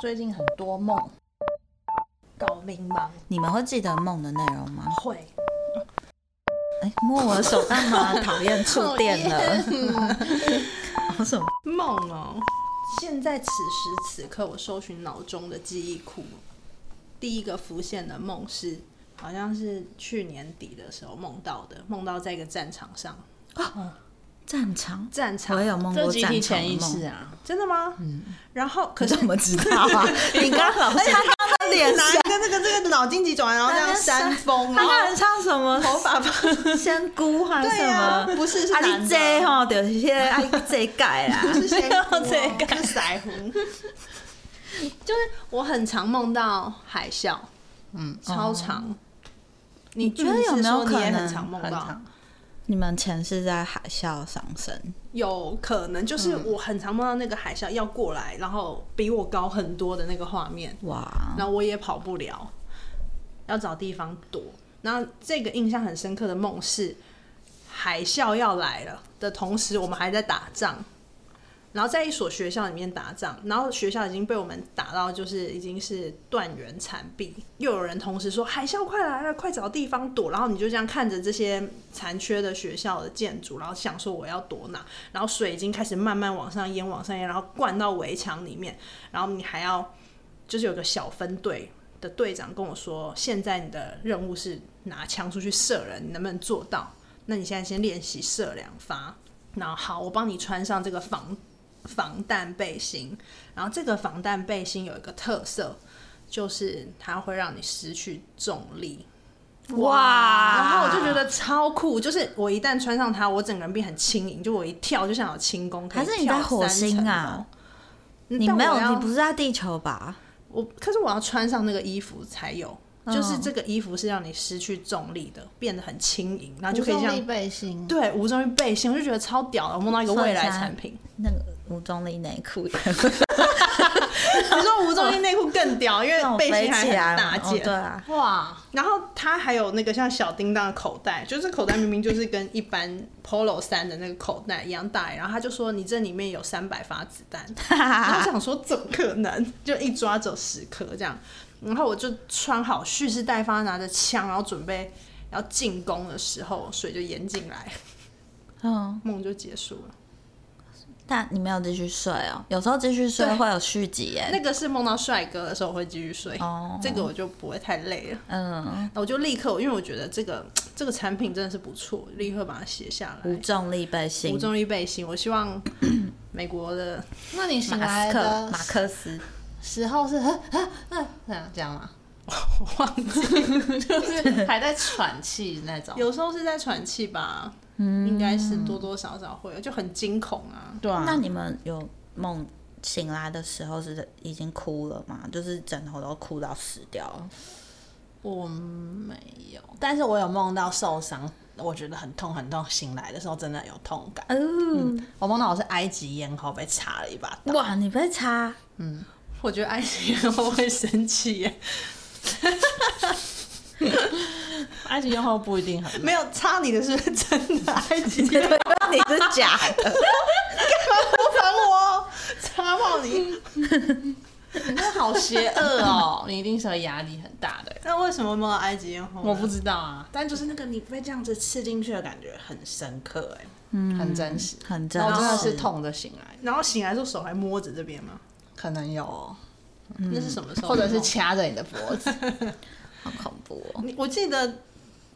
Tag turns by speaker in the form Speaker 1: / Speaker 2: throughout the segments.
Speaker 1: 最近很多梦，搞迷茫，
Speaker 2: 你们会记得梦的内容吗？
Speaker 1: 会
Speaker 2: 哎，摸我的手干嘛？讨厌触电 了。
Speaker 1: 了。
Speaker 2: 搞什么？
Speaker 1: 梦哦，现在此时此刻，我搜寻脑中的记忆库，第一个浮现的梦是，好像是去年底的时候梦到的，梦到在一个战场上，
Speaker 2: 战场？
Speaker 1: 战
Speaker 2: 我
Speaker 1: 场
Speaker 2: 也有梦
Speaker 3: 这
Speaker 2: 过
Speaker 3: 集
Speaker 2: 战
Speaker 3: 体
Speaker 2: 场
Speaker 3: 潜
Speaker 2: 的
Speaker 3: 意识
Speaker 2: 梦。
Speaker 3: 啊，
Speaker 1: 真的吗？嗯。然后可
Speaker 2: 你
Speaker 1: 是
Speaker 2: 怎么知 道啊？你刚刚老师他刚刚的脸
Speaker 1: 拿一个这个这个脑筋急转弯，然后这样扇风，
Speaker 2: 他
Speaker 1: 然后
Speaker 2: 刚才唱什么？
Speaker 1: 头发放
Speaker 2: 仙姑还是
Speaker 1: 对
Speaker 2: 什
Speaker 1: 呀、
Speaker 2: 么？
Speaker 1: 不是是
Speaker 2: 啊，
Speaker 1: 男
Speaker 2: 你
Speaker 1: 的。
Speaker 2: 这吼，就是迄个啊，你这改啦。
Speaker 1: 不是仙姑、 哦，
Speaker 2: 这 个
Speaker 1: 是腮红。 就是我很常梦到海啸，嗯，超长。你
Speaker 2: 觉得有没有
Speaker 1: 你是说你也
Speaker 2: 可能
Speaker 1: 很常梦到？
Speaker 2: 你们前世在海啸上升，
Speaker 1: 有可能，就是我很常梦到那个海啸要过来，然后比我高很多的那个画面，
Speaker 2: 哇！
Speaker 1: 然后我也跑不了，要找地方躲。然后这个印象很深刻的梦是海啸要来了的同时，我们还在打仗，然后在一所学校里面打仗，然后学校已经被我们打到就是已经是断垣残壁，又有人同时说海啸快来了，快找地方躲，然后你就这样看着这些残缺的学校的建筑，然后想说我要躲哪，然后水已经开始慢慢往上淹，往上淹，然后灌到围墙里面，然后你还要。就是有个小分队的队长跟我说，现在你的任务是拿枪出去射人，你能不能做到？那你现在先练习射两发，然后好，我帮你穿上这个防防弹背心，然后这个防弹背心有一个特色，就是它会让你失去重力。
Speaker 2: 哇
Speaker 1: 然后我就觉得超酷，就是我一旦穿上它，我整个人变很轻盈，就我一跳就像有轻功，可以
Speaker 2: 还是你
Speaker 1: 跳
Speaker 2: 在火
Speaker 1: 三层
Speaker 2: 星啊
Speaker 1: 楼？嗯
Speaker 2: 你
Speaker 1: 但
Speaker 2: 没
Speaker 1: 我
Speaker 2: 有，
Speaker 1: 要
Speaker 2: 你不是在地球吧？
Speaker 1: 我可是我要穿上那个衣服才有，就是这个衣服是让你失去重力的，变得很轻盈，然后就可以这
Speaker 3: 无重力
Speaker 1: 样
Speaker 3: 背心，
Speaker 1: 对无重力背心，我就觉得超屌的。我梦到一个未来产品，
Speaker 2: 那个无重力内裤，
Speaker 1: 你说无重力内裤更屌，因为背心还
Speaker 2: 起
Speaker 1: 很
Speaker 2: 来
Speaker 1: 大
Speaker 2: 哦
Speaker 1: 件。
Speaker 2: 对啊，
Speaker 3: 哇，
Speaker 1: 然后它还有那个像小叮当的口袋，就是口袋明明就是跟一般 Polo 衫的那个口袋一样大，然后他就说你这里面有三百发子弹，然后我想说怎么可能，就一抓走十颗这样，然后我就穿好蓄势待发，拿着枪，然后准备要进攻的时候，水就淹进来，
Speaker 2: 嗯，
Speaker 1: 梦就结束了。
Speaker 2: 但你没有继续睡哦。有时候继续睡
Speaker 1: 对
Speaker 2: 会有续集耶。
Speaker 1: 那个是梦到帅哥的时候我会继续睡，
Speaker 2: 呃哦
Speaker 1: 这个我就不会太累了，
Speaker 2: 嗯，
Speaker 1: 我就立刻，因为我觉得这个这个产品真的是不错，立刻把它写下来。
Speaker 2: 无重力背
Speaker 1: 无
Speaker 2: 心，
Speaker 1: 重力背心，我希 望美国的
Speaker 3: 那你醒
Speaker 2: 马
Speaker 3: 来
Speaker 2: 斯克
Speaker 3: 的
Speaker 2: 马克思，
Speaker 3: 时候是呵呵呵这样这样吗？我忘记，就是还在喘气那种。
Speaker 1: 有时候是在喘气吧，应该是多多少少会有，就很惊恐啊。
Speaker 3: 对啊
Speaker 2: 那你们有梦醒来的时候是已经哭了吗？就是枕头都哭到死掉了。
Speaker 3: 我没有，但是我有梦到受伤，我觉得很痛很痛，醒来的时候真的有痛感。
Speaker 2: 哦，
Speaker 3: 我梦到我是埃及咽喉被插了一把刀，
Speaker 2: 哇，你被插，
Speaker 1: 我觉得埃及人会生气耶，
Speaker 3: 埃及咽喉不一定 很
Speaker 1: 没有插你的是真的埃及
Speaker 2: 对，
Speaker 1: 人
Speaker 2: 你是假的。
Speaker 1: 烦 我，插爆你。
Speaker 3: 痛，那好邪恶哦！你一定是有压力很大的，
Speaker 1: 那为什么没有埃及人红？
Speaker 3: 我不，知道啊，但就是那个你被这样子刺进去的感觉很深刻哎，嗯，很真实，
Speaker 2: 很哦真
Speaker 3: 然后真的
Speaker 2: 实
Speaker 3: 是痛着醒来，
Speaker 1: 然后醒来之后手还摸着这边吗？
Speaker 3: 可能有哦，
Speaker 1: 那嗯是什么时候？
Speaker 3: 或者是掐着你的脖子。
Speaker 2: 好恐怖哦！
Speaker 1: 你，我记得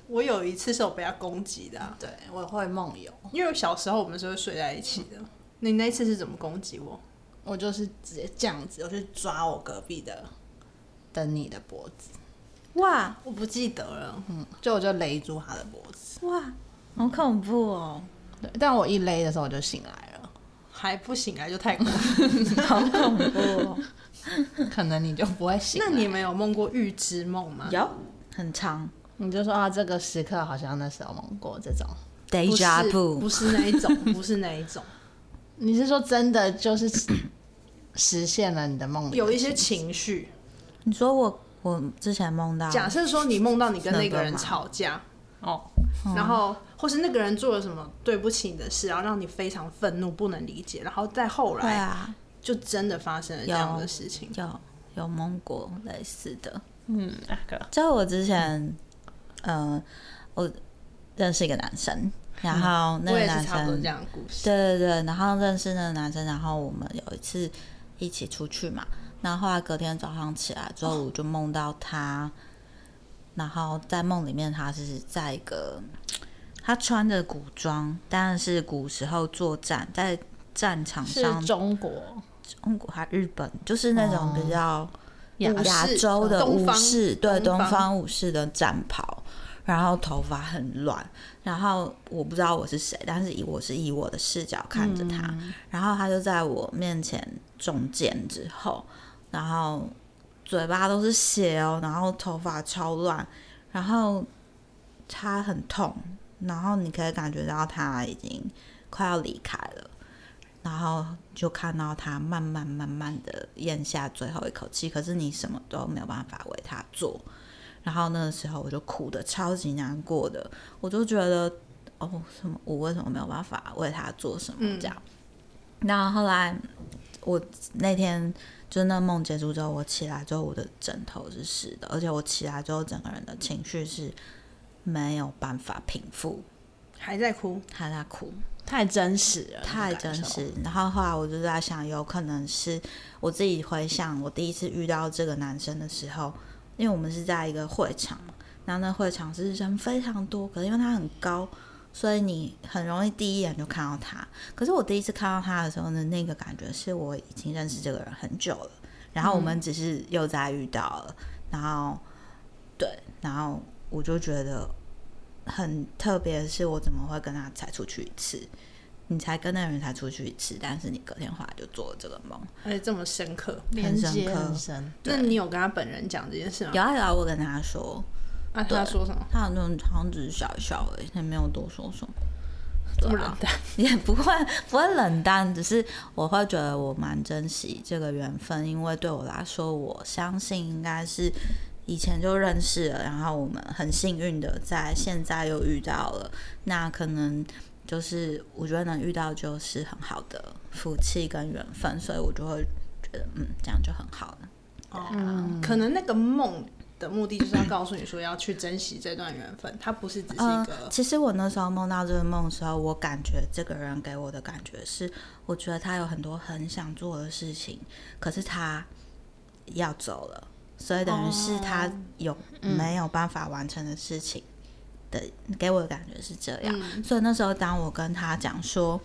Speaker 1: 我有一次是有被他攻击的啊、
Speaker 3: 对，我会梦游，
Speaker 1: 因为小时候我们是会睡在一起的。你那一次是怎么攻击我？
Speaker 3: 我就是直接这样子，我去抓我隔壁的等你的脖子，
Speaker 2: 哇
Speaker 1: 我不记得了。
Speaker 3: 嗯，就我就勒住他的脖子，
Speaker 2: 哇，好恐怖哦，
Speaker 3: 对，但我一勒的时候我就醒来了，
Speaker 1: 还不醒来就太过。
Speaker 2: 好恐怖哦！
Speaker 3: 可能你就不会醒 来，
Speaker 1: 那你们有梦过预知梦吗？
Speaker 2: 有很长
Speaker 3: 你就说啊，这个时刻好像那时候梦过这种，
Speaker 1: 不是
Speaker 2: deja
Speaker 1: 不
Speaker 2: vu，
Speaker 1: 是那一种， 不是那一种，
Speaker 3: 你是说真的就是 实现了你的梦里的
Speaker 1: 有一些
Speaker 3: 情景
Speaker 1: 情 绪。
Speaker 2: 你说我我之前梦到
Speaker 1: 假设说你梦到你跟那个
Speaker 2: 那个
Speaker 1: 人
Speaker 2: 嘛
Speaker 1: 吵架，
Speaker 3: 哦，
Speaker 2: 嗯
Speaker 1: 然后或是那个人做了什么对不起你的事，然后让你非常愤怒，不能理解，然后再后
Speaker 2: 对
Speaker 1: 来
Speaker 2: 啊，
Speaker 1: 就真的发生了这样的事情。
Speaker 2: 有有梦过类似的。
Speaker 3: 嗯，那个
Speaker 2: 就我之前，呃，我认识一个男生，然后
Speaker 1: 嗯我
Speaker 2: 那个
Speaker 1: 也
Speaker 2: 男
Speaker 1: 是差不多
Speaker 2: 生
Speaker 1: 这，样的故事。
Speaker 2: 对对对，然后认识那个男生，然后我们有一次一起出去嘛，然后后来隔天早上起来之后，我就梦到他，然后在梦里面他是在一个，他穿着古装，但是古时候作战在战场
Speaker 3: 是
Speaker 2: 上，
Speaker 3: 中国
Speaker 2: 中国还日本，就是那种比较。
Speaker 1: 哦
Speaker 3: 亚
Speaker 1: 武
Speaker 2: 亚
Speaker 1: 士
Speaker 2: 洲的
Speaker 1: 呃东
Speaker 2: 武
Speaker 1: 方
Speaker 2: 士，对
Speaker 1: 东
Speaker 2: 东
Speaker 1: 方
Speaker 2: 方武士的战袍，然后头发很乱，然后我不知道我是谁，但是以我是以我的视角看着他，
Speaker 1: 嗯
Speaker 2: 然后他就在我面前中箭之后，然后嘴巴都是血哦，然后头发超乱，然后他很痛，然后你可以感觉到他已经快要离开了。然后就看到他慢慢慢慢的咽下最后一口气，可是你什么都没有办法为他做。然后那个时候我就哭的超级难过的，我就觉得哦，什么我为什么没有办法为他做什么这样？那后来我那天就那梦结束之后，我起来之后我的枕头是湿的，而且我起来之后整个人的情绪是没有办法平复，
Speaker 1: 还在哭，
Speaker 2: 还在哭。
Speaker 3: 太真实了，
Speaker 2: 太
Speaker 3: 那种
Speaker 2: 真
Speaker 3: 感受
Speaker 2: 实。然后后来我就在想，有可能是我自己回想我第一次遇到这个男生的时候，因为我们是在一个会场嘛，然后那会场是人非常多，可是因为他很高，所以你很容易第一眼就看到他。可是我第一次看到他的时候呢，那个感觉是我已经认识这个人很久了，然后我
Speaker 3: 嗯
Speaker 2: 们只是又在遇到了，然后对，然后我就觉得。很特别，是我怎么会跟他才出去一次？你才跟那个人才出去一次，但是你隔天回来就做了这个梦。
Speaker 1: 而且这么深刻。
Speaker 3: 连
Speaker 2: 深
Speaker 3: 接
Speaker 2: 刻
Speaker 3: 很深，
Speaker 1: 那你有跟他本人讲这件事吗？
Speaker 2: 有啊有啊，我跟他说，
Speaker 1: 啊，他说什么？
Speaker 2: 他好像好像只是笑一笑而已，他没有多说什么。
Speaker 1: 这么
Speaker 2: 对
Speaker 1: 冷
Speaker 2: 啊，
Speaker 1: 淡，
Speaker 2: 也不会不会冷淡，只是我会觉得我蛮珍惜这个缘分，因为对我来说，我相信应该是以前就认识了，然后我们很幸运的在现在又遇到了，那可能就是我觉得能遇到就是很好的福气跟缘分，所以我就会觉得嗯，这样就很好了。嗯
Speaker 1: 哦，可能那个梦的目的就是要告诉你说要去珍惜这段缘分，它不是只是一
Speaker 2: 嗯，
Speaker 1: 个
Speaker 2: 其实我那时候梦到这个梦的时候，我感觉这个人给我的感觉是，我觉得他有很多很想做的事情，可是他要走了，所以等于是他有没有办法完成的事情的，给我的感觉是这样。所以那时候当我跟他讲说。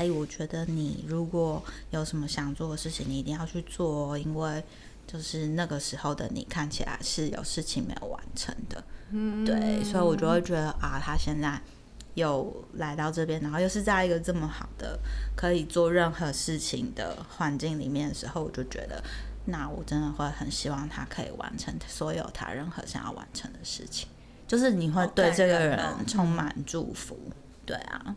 Speaker 2: 哎、我觉得你如果有什么想做的事情，你一定要去做、哦，因为就是那个时候的你看起来是有事情没有完成的。
Speaker 1: 嗯
Speaker 2: 对，所以我就会觉得啊，他现在又来到这边，然后又是在一个这么好的可以做任何事情的环境里面的时候，我就觉得，那我真的会很希望他可以完成所有他任何想要完成的事情，就是你会
Speaker 1: 好
Speaker 2: 对
Speaker 1: 感
Speaker 2: 这个
Speaker 1: 人
Speaker 2: 人
Speaker 1: 哦
Speaker 2: 充满祝福。对啊，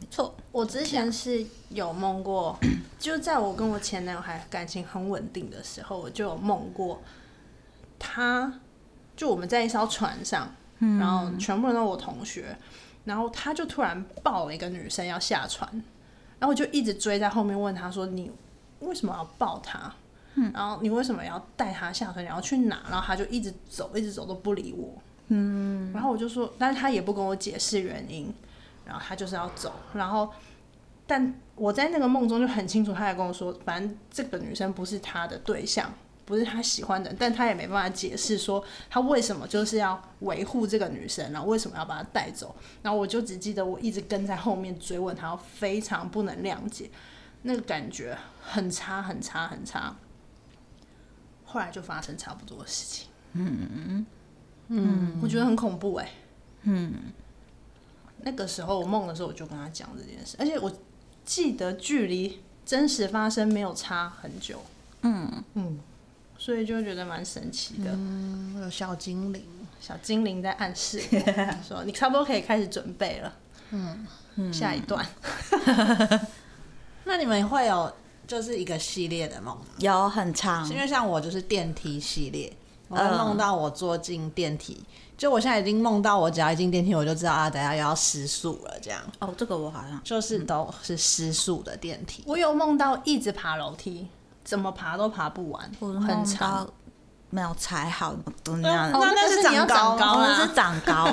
Speaker 2: 没错，
Speaker 1: 我之前是有梦过，就在我跟我前男友还感情很稳定的时候，我就有梦过他，就我们在一艘船上，然后全部人都是我同学，然后他就突然抱了一个女生要下船，然后我就一直追在后面问他说：“你为什么要抱他？”然后你为什么要带他下船？你要去哪？然后他就一直走，一直走都不理我。嗯，然后我就说，但是他也不跟我解释原因，然后他就是要走，然后但我在那个梦中就很清楚，他也跟我说，反正这个女生不是他的对象，不是他喜欢的人，但他也没办法解释说他为什么就是要维护这个女生，然后为什么要把她带走。然后我就只记得我一直跟在后面追问他，非常不能谅解，那个感觉很差很差很差。后来就发生差不多的事情，嗯嗯，我觉得很恐怖哎、嗯，那个时候我梦的时候我就跟他讲这件事，而且我记得距离真实发生没有差很久。嗯嗯，所以就觉得蛮神奇的。
Speaker 3: 嗯有小精灵，
Speaker 1: 小精灵在暗示我说：“你差不多可以开始准备了。”嗯，下一段
Speaker 3: 那你们会有就是一个系列的梦吗？
Speaker 2: 有很长
Speaker 3: 因，为像我就是电梯系列，我会梦到我坐进电梯，就我现在已经梦到我只要一进电梯，我就知道啊，等一下又要失速了，这样
Speaker 2: 哦，这个我好像
Speaker 3: 嗯就是都是失速的电梯。
Speaker 1: 我有梦到一直爬楼梯，怎么爬都爬不完，
Speaker 2: 我
Speaker 1: 很
Speaker 2: 弄
Speaker 1: 长
Speaker 2: 到。没有踩好，都哦那
Speaker 3: 嗯
Speaker 2: 样。
Speaker 1: 那那
Speaker 3: 是
Speaker 1: 是
Speaker 3: 你要
Speaker 1: 长高
Speaker 3: 长啊
Speaker 1: 啦
Speaker 2: 哦，是长高。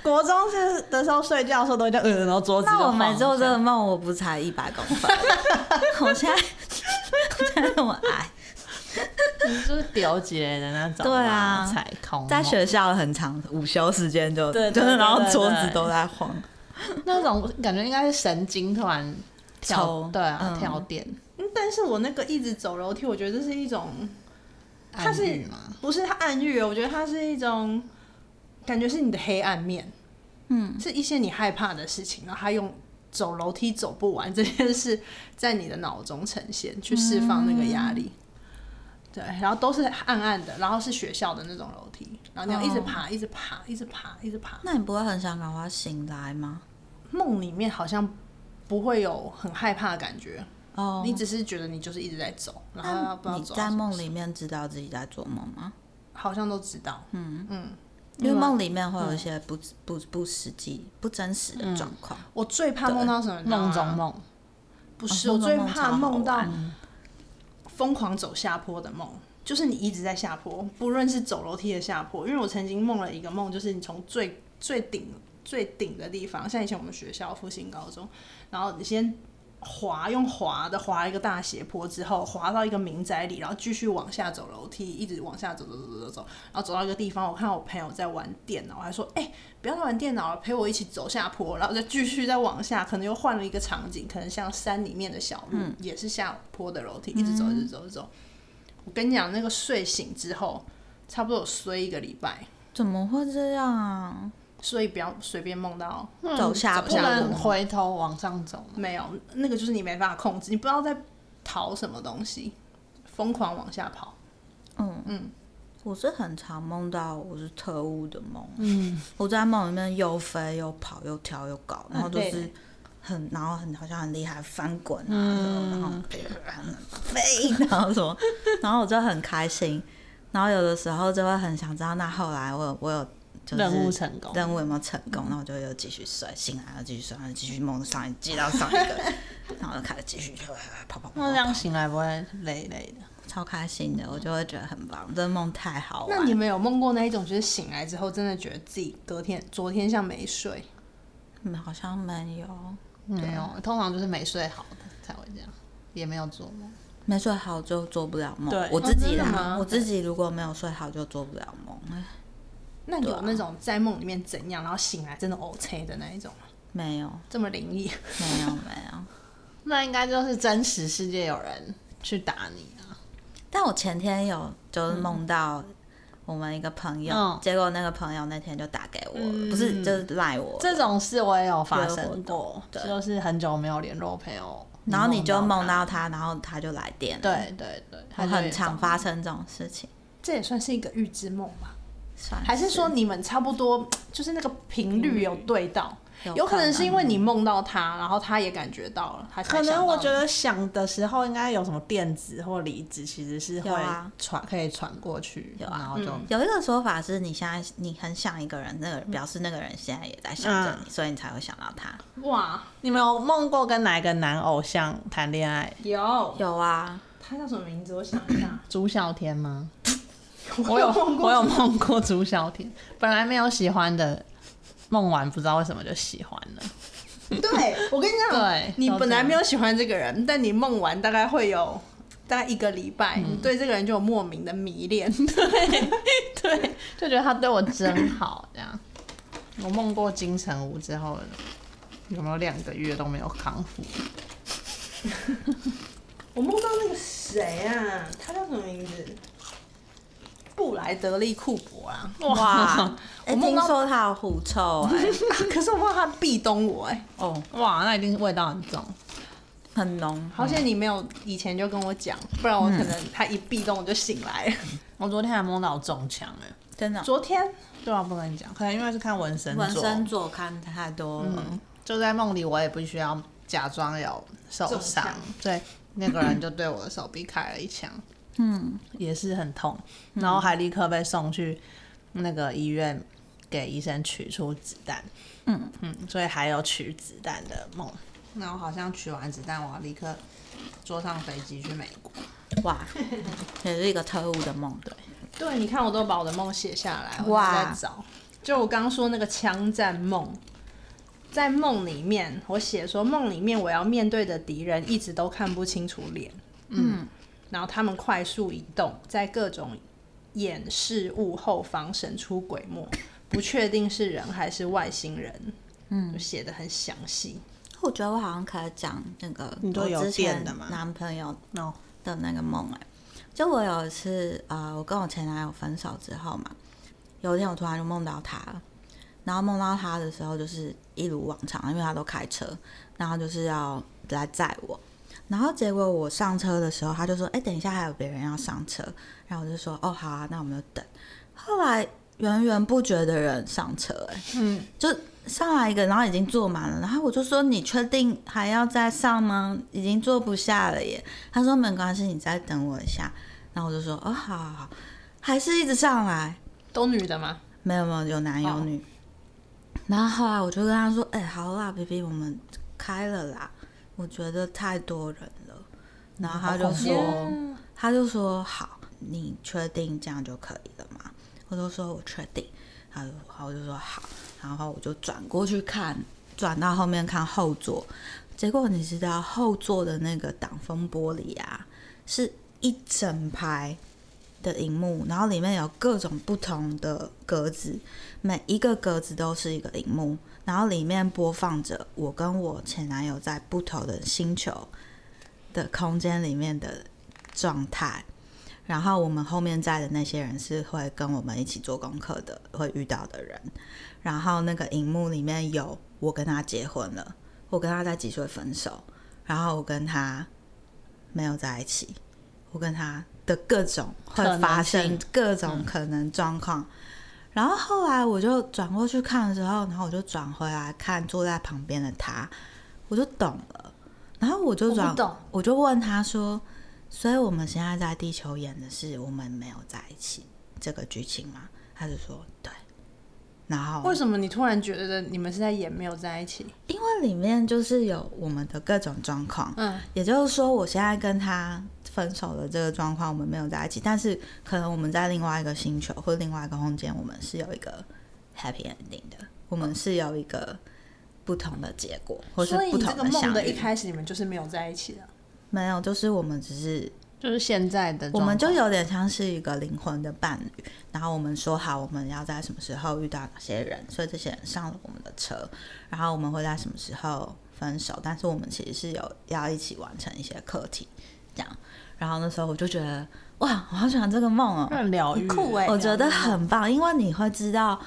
Speaker 3: 国中是的时候睡觉的时候都一定嗯，然后桌子就
Speaker 2: 那我每
Speaker 3: 晃
Speaker 2: 做这
Speaker 3: 这
Speaker 2: 个
Speaker 3: 样
Speaker 2: 梦，我不才一百公分，我现在我现在那么矮，
Speaker 3: 你就是丢起来的那种吧，
Speaker 2: 对啊
Speaker 3: 踩空
Speaker 2: 在
Speaker 3: 梦
Speaker 2: 学校很长，午休时间就
Speaker 3: 哦对
Speaker 2: 就
Speaker 3: 对
Speaker 2: 是，
Speaker 3: 对
Speaker 2: 然后
Speaker 3: 对
Speaker 2: 桌
Speaker 3: 对
Speaker 2: 子都在晃。
Speaker 3: 那种感觉应该是神经突然跳
Speaker 2: 抽，
Speaker 3: 对啊，
Speaker 2: 嗯
Speaker 3: 跳电，
Speaker 1: 嗯但是我那个一直走楼梯，我觉得这是一种，它是
Speaker 3: 暗喻嘛，
Speaker 1: 不是它暗喻哦，我觉得它是一种感觉是你的黑暗面，嗯，是一些你害怕的事情，然后他用走楼梯走不完这件事在你的脑中呈现，去释放那个压力。对，然后都是暗暗的，然后是学校的那种楼梯，然后你要一直爬，一直爬，一直爬，一直爬。
Speaker 2: 那你不会很想赶快醒来吗？
Speaker 1: 梦里面好像不会有很害怕的感觉，
Speaker 2: 哦，
Speaker 1: 你只是觉得你就是一直在走，然后不知道
Speaker 2: 你
Speaker 1: 走到
Speaker 2: 在
Speaker 1: 什么
Speaker 2: 梦里面知道自己在做梦吗？
Speaker 1: 好像都知道，
Speaker 2: 因为梦里面会有一些不不不实际、不真实的状况。
Speaker 1: 我最怕梦到什么？你知道吗
Speaker 3: 梦中梦，
Speaker 1: 不是，
Speaker 2: 哦
Speaker 1: 我
Speaker 2: 梦中
Speaker 1: 最
Speaker 2: 梦
Speaker 1: 怕
Speaker 2: 超好
Speaker 1: 梦到
Speaker 2: 玩
Speaker 1: 疯狂走下坡的梦，就是你一直在下坡，不论是走楼梯的下坡。因为我曾经梦了一个梦，就是你从最最顶最顶的地方，像以前我们学校复兴高中，然后你先滑，用滑的滑一个大斜坡之后，滑到一个民宅里，然后继续往下走楼梯，一直往下走走走走走，然后走到一个地方，我看到我朋友在玩电脑，我还说：“哎、不要玩电脑了，陪我一起走下坡。”然后再继续再往下，可能又换了一个场景，可能像山里面的小路，也是下坡的楼梯，一直走一直走一直走。我跟你讲，那个睡醒之后，差不多有睡一个礼拜，
Speaker 2: 怎么会这样啊？
Speaker 1: 所以不要随便梦到
Speaker 3: 嗯
Speaker 2: 走下
Speaker 1: 走
Speaker 2: 坡
Speaker 3: 不
Speaker 1: 下坡
Speaker 3: 能
Speaker 2: 路，
Speaker 3: 回头往上走嘛，
Speaker 1: 没有，那个就是你没办法控制，你不知道在逃什么东西，疯狂往下跑。
Speaker 2: 嗯
Speaker 3: 嗯
Speaker 2: 我是很常梦到我是特务的梦。嗯，我在梦里面又飞又跑又跳又
Speaker 3: 嗯
Speaker 2: 搞，然后就
Speaker 1: 很累
Speaker 2: 是很，然后很好像很厉害，翻滚啊，
Speaker 3: 嗯
Speaker 2: 然后飞， 然后什么，然后我就很开心。然后有的时候就会很想知道，那后来我有我有就是
Speaker 3: 任务成功，
Speaker 2: 任务有没有成功，那我就又继续睡，醒来又继续睡，然后继续梦上一接到上一个， 然后就开始继续跑跑跑
Speaker 3: 那
Speaker 2: 跑跑，
Speaker 3: 这样醒来不会累累的？
Speaker 2: 超开心的，我就会觉得很棒，这梦太好玩。
Speaker 1: 那你们有梦过那一种，就是醒来之后真的觉得自己隔天、昨天像没睡？
Speaker 2: 嗯好像没有，
Speaker 3: 没有，哦通常就是没睡好的才会这样，也没有做梦。
Speaker 2: 没睡好就做不了梦
Speaker 3: 对。
Speaker 2: 我自己
Speaker 1: 哦真的吗
Speaker 2: 啦，我自己如果没有睡好就做不了梦，哎
Speaker 1: 那有那种在梦里面怎样，然后醒来真的 OK 的那一种吗，
Speaker 2: 没有，
Speaker 1: 这么灵异？
Speaker 2: 没有，没有。
Speaker 3: 那应该就是真实世界有人去打你啊，
Speaker 2: 但我前天有就是梦到我们一个朋友，
Speaker 3: 嗯
Speaker 2: 结果那个朋友那天就打给我了，
Speaker 1: 嗯
Speaker 2: 不是就是赖我，
Speaker 3: 这种事我也有发生
Speaker 2: 对
Speaker 3: 过，就是很久没有联络朋友，
Speaker 2: 然后你就梦
Speaker 3: 到
Speaker 2: 到他，然后他就来电了。
Speaker 3: 他，对对对，
Speaker 2: 我
Speaker 3: 他就
Speaker 2: 很
Speaker 3: 有
Speaker 2: 常
Speaker 3: 种
Speaker 2: 发生这种事情，
Speaker 1: 这也算是一个预知梦吧？
Speaker 2: 算
Speaker 1: 还是说你们差不多，就是那个频率有对到？有可能是因为你梦到他，然后他也感觉到了，他才
Speaker 3: 可
Speaker 1: 想
Speaker 3: 能
Speaker 1: 到
Speaker 3: 我
Speaker 1: 你
Speaker 3: 觉得想的时候，应该有什么电子或离子，其实是会
Speaker 2: 有啊
Speaker 3: 传、可以传过去，
Speaker 2: 有啊
Speaker 3: 然后就、
Speaker 2: 有一个说法是你现在你很想一个人，那个人表示那个人现在也在想着你，所以你才会想到他。
Speaker 1: 哇，
Speaker 3: 你们有梦过跟哪一个男偶像谈恋爱？
Speaker 1: 有
Speaker 2: 有啊，
Speaker 1: 他叫什么名字？我想一下，
Speaker 3: 朱孝天吗？
Speaker 1: 我有梦过
Speaker 3: 我有 梦过朱孝天，本来没有喜欢的，梦完不知道为什么就喜欢了。
Speaker 1: 对，我跟你讲，
Speaker 3: 对
Speaker 1: 你
Speaker 3: 都
Speaker 1: 本
Speaker 3: 这
Speaker 1: 来
Speaker 3: 样
Speaker 1: 没有喜欢这个人，但你梦完大概会有大概一个礼拜，你对这个人就有莫名的迷恋。
Speaker 3: 对，就觉得他对我真好，这样。我梦过金城武之后，有没有两个月都没有康复？
Speaker 1: 我梦到那个谁啊，他叫什么名字？布莱德利库珀啊！
Speaker 2: 哦哇！哎，
Speaker 1: 我梦
Speaker 2: 听
Speaker 1: 到
Speaker 2: 说他有狐臭哎，
Speaker 1: 可是我梦到他壁咚我哎、
Speaker 2: 哦，
Speaker 3: 哇，那一定味道很重。
Speaker 2: 很浓。
Speaker 1: 好险你没有以前就跟我讲，不然我可能他一壁咚我就醒来了。
Speaker 3: 我昨天还梦到我中枪哎、
Speaker 2: 真的。
Speaker 1: 昨天
Speaker 3: 对啊，不跟你讲，可能因为是看纹身
Speaker 2: 纹
Speaker 3: 做
Speaker 2: 身左看太多了，
Speaker 3: 就在梦里，我也必须要假装有受
Speaker 1: 受
Speaker 3: 伤
Speaker 1: 伤，
Speaker 3: 所以那个人就对我的手臂开了一枪，嗯，也是很痛，然后还立刻被送去那个医院给医生取出子弹，嗯嗯，所以还有取子弹的梦，然后好像取完子弹，我要立刻坐上飞机去美国，
Speaker 2: 嗯哇，也是一个特务的梦。对，
Speaker 1: 对，你看我都把我的梦写下来，我
Speaker 2: 哇
Speaker 1: 还在找。就我刚刚说那个枪战梦，在梦里面，我写说梦里面我要面对的敌人一直都看不清楚脸，嗯，然后他们快速移动，在各种掩饰物后方神出鬼没，不确定是人还是外星人，嗯，写的很详细。
Speaker 2: 我觉得我好像可以讲那个
Speaker 3: 你都
Speaker 2: 我
Speaker 3: 有
Speaker 2: 之前
Speaker 3: 电的吗
Speaker 2: 男朋友
Speaker 3: 哦
Speaker 2: 的那个梦哎、就我有一次啊、呃我跟我前男友分手之后嘛，有一天我突然就梦到他了，然后梦到他的时候就是一如往常，因为他都开车，然后就是要来载我，然后结果我上车的时候，他就说：“哎、等一下还有别人要上车。”然后我就说：“哦，好啊，那我们就等。”后来源源不绝的人上车、哎，嗯，就上来一个，然后已经坐满了，然后我就说：“你确定还要再上吗？已经坐不下了耶。”他说：“没关系，你再等我一下。”然后我就说：“哦，好好好，还是一直上来。”
Speaker 1: 都女的吗？
Speaker 2: 没有没有，有男有女。然后后来我就跟他说：“哎、好啦，B B，我们开了啦，我觉得太多人了。”然后他就说：“
Speaker 1: 哦
Speaker 2: 他就说好，你确定这样就可以了吗？”我就说：“我确定。”他就好，我就说好，然后我就转过去看，转到后面看后座，结果你知道后座的那个挡风玻璃啊，是一整排的荧幕，然后里面有各种不同的格子，每一个格子都是一个荧幕，然后里面播放着我跟我前男友在不同的星球的空间里面的状态。然后我们后面在的那些人是会跟我们一起做功课的，会遇到的人。然后那个荧幕里面有我跟他结婚了，我跟他在几岁分手，然后我跟他没有在一起，我跟他的各种会
Speaker 3: 可能
Speaker 2: 发生
Speaker 3: 性
Speaker 2: 各种可能状况。然后后来我就转过去看的时候，然后我就转回来看坐在旁边的他，我就懂了。然后我就转，
Speaker 1: 我不懂
Speaker 2: 我就问他说：“所以我们现在在地球演的是我们没有在一起这个剧情吗？”他就说：“对。”然后
Speaker 1: 为什么你突然觉得你们是在演没有在一起？
Speaker 2: 因为里面就是有我们的各种状况，
Speaker 1: 嗯，
Speaker 2: 也就是说，我现在跟他分手的这个状况，我们没有在一起，但是可能我们在另外一个星球或另外一个空间，我们是有一个 happy ending 的，我们是有一个不同的结果，或是
Speaker 1: 所以
Speaker 2: 不
Speaker 1: 你
Speaker 2: 同
Speaker 1: 这个
Speaker 2: 相
Speaker 1: 梦的一
Speaker 2: 遇。
Speaker 1: 开始，你们就是没有在一起的。
Speaker 2: 没有，就是我们只是，
Speaker 3: 就是现在的状
Speaker 2: 我
Speaker 3: 况，
Speaker 2: 们就有点像是一个灵魂的伴侣，然后我们说好我们要在什么时候遇到哪些人，所以这些人上了我们的车，然后我们会在什么时候分手，但是我们其实是有要一起完成一些课题，这样。然后那时候我就觉得，哇，我好喜欢这个梦哦，
Speaker 3: 很疗愈，
Speaker 1: 酷欸
Speaker 2: 我觉得很棒，因为你会知道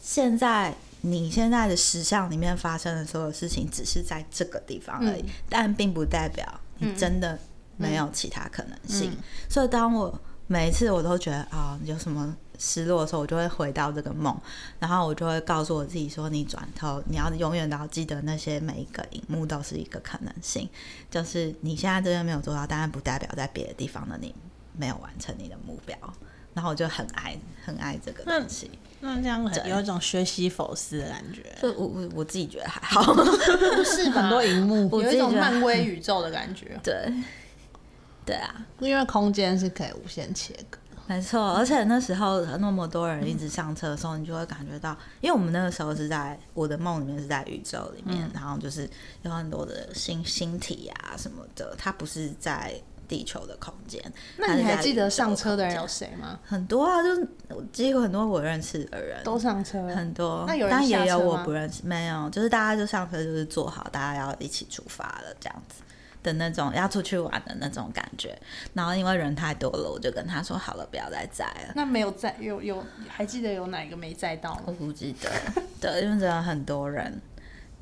Speaker 2: 现在。你现在的实相里面发生的所有事情，只是在这个地方
Speaker 1: 嗯
Speaker 2: 而已，但并不代表你真的没有其他可能性。所以，当我每一次我都觉得啊、有什么失落的时候，我就会回到这个梦，然后我就会告诉我自己说：你转头，你要永远都要记得那些每一个荧幕都是一个可能性，就是你现在这边没有做到，但是不代表在别的地方的你没有完成你的目标。然后我就很爱很爱这个东西，
Speaker 3: 那这样很有一种学习否思的感觉，
Speaker 2: 就我我我自己觉得还好，
Speaker 3: 不是很多荧幕，
Speaker 2: 我
Speaker 1: 有
Speaker 2: 自己
Speaker 1: 一种
Speaker 2: 觉得
Speaker 1: 漫威宇宙的感 觉。
Speaker 2: 对对啊，
Speaker 3: 因为空间是可以无限切割。
Speaker 2: 没错。而且那时候那么多人一直上车的时候，你就会感觉到，因为我们那个时候是在我的梦里面是在宇宙里
Speaker 1: 嗯
Speaker 2: 面，然后就是有很多的星星体啊什么的，它不是在地球的空间。
Speaker 1: 那你
Speaker 2: 它
Speaker 1: 还
Speaker 2: 是在
Speaker 1: 记得上
Speaker 2: 宇宙
Speaker 1: 车的人
Speaker 2: 空
Speaker 1: 有
Speaker 2: 间
Speaker 1: 谁吗？
Speaker 2: 很多啊，就是几乎很多我认识的人
Speaker 1: 都上车了，
Speaker 2: 很多，
Speaker 1: 那有人
Speaker 2: 但
Speaker 1: 下
Speaker 2: 也有
Speaker 1: 车
Speaker 2: 我
Speaker 1: 吗
Speaker 2: 不认识，没有，就是大家就上车就是坐好，大家要一起出发了这样子的那种要出去玩的那种感觉。然后因为人太多了，我就跟他说好了，不要再载了。
Speaker 1: 那没有在有有还记得有哪一个没载到
Speaker 2: 我
Speaker 1: 吗？
Speaker 2: 不记得， 对，因为真的很多人，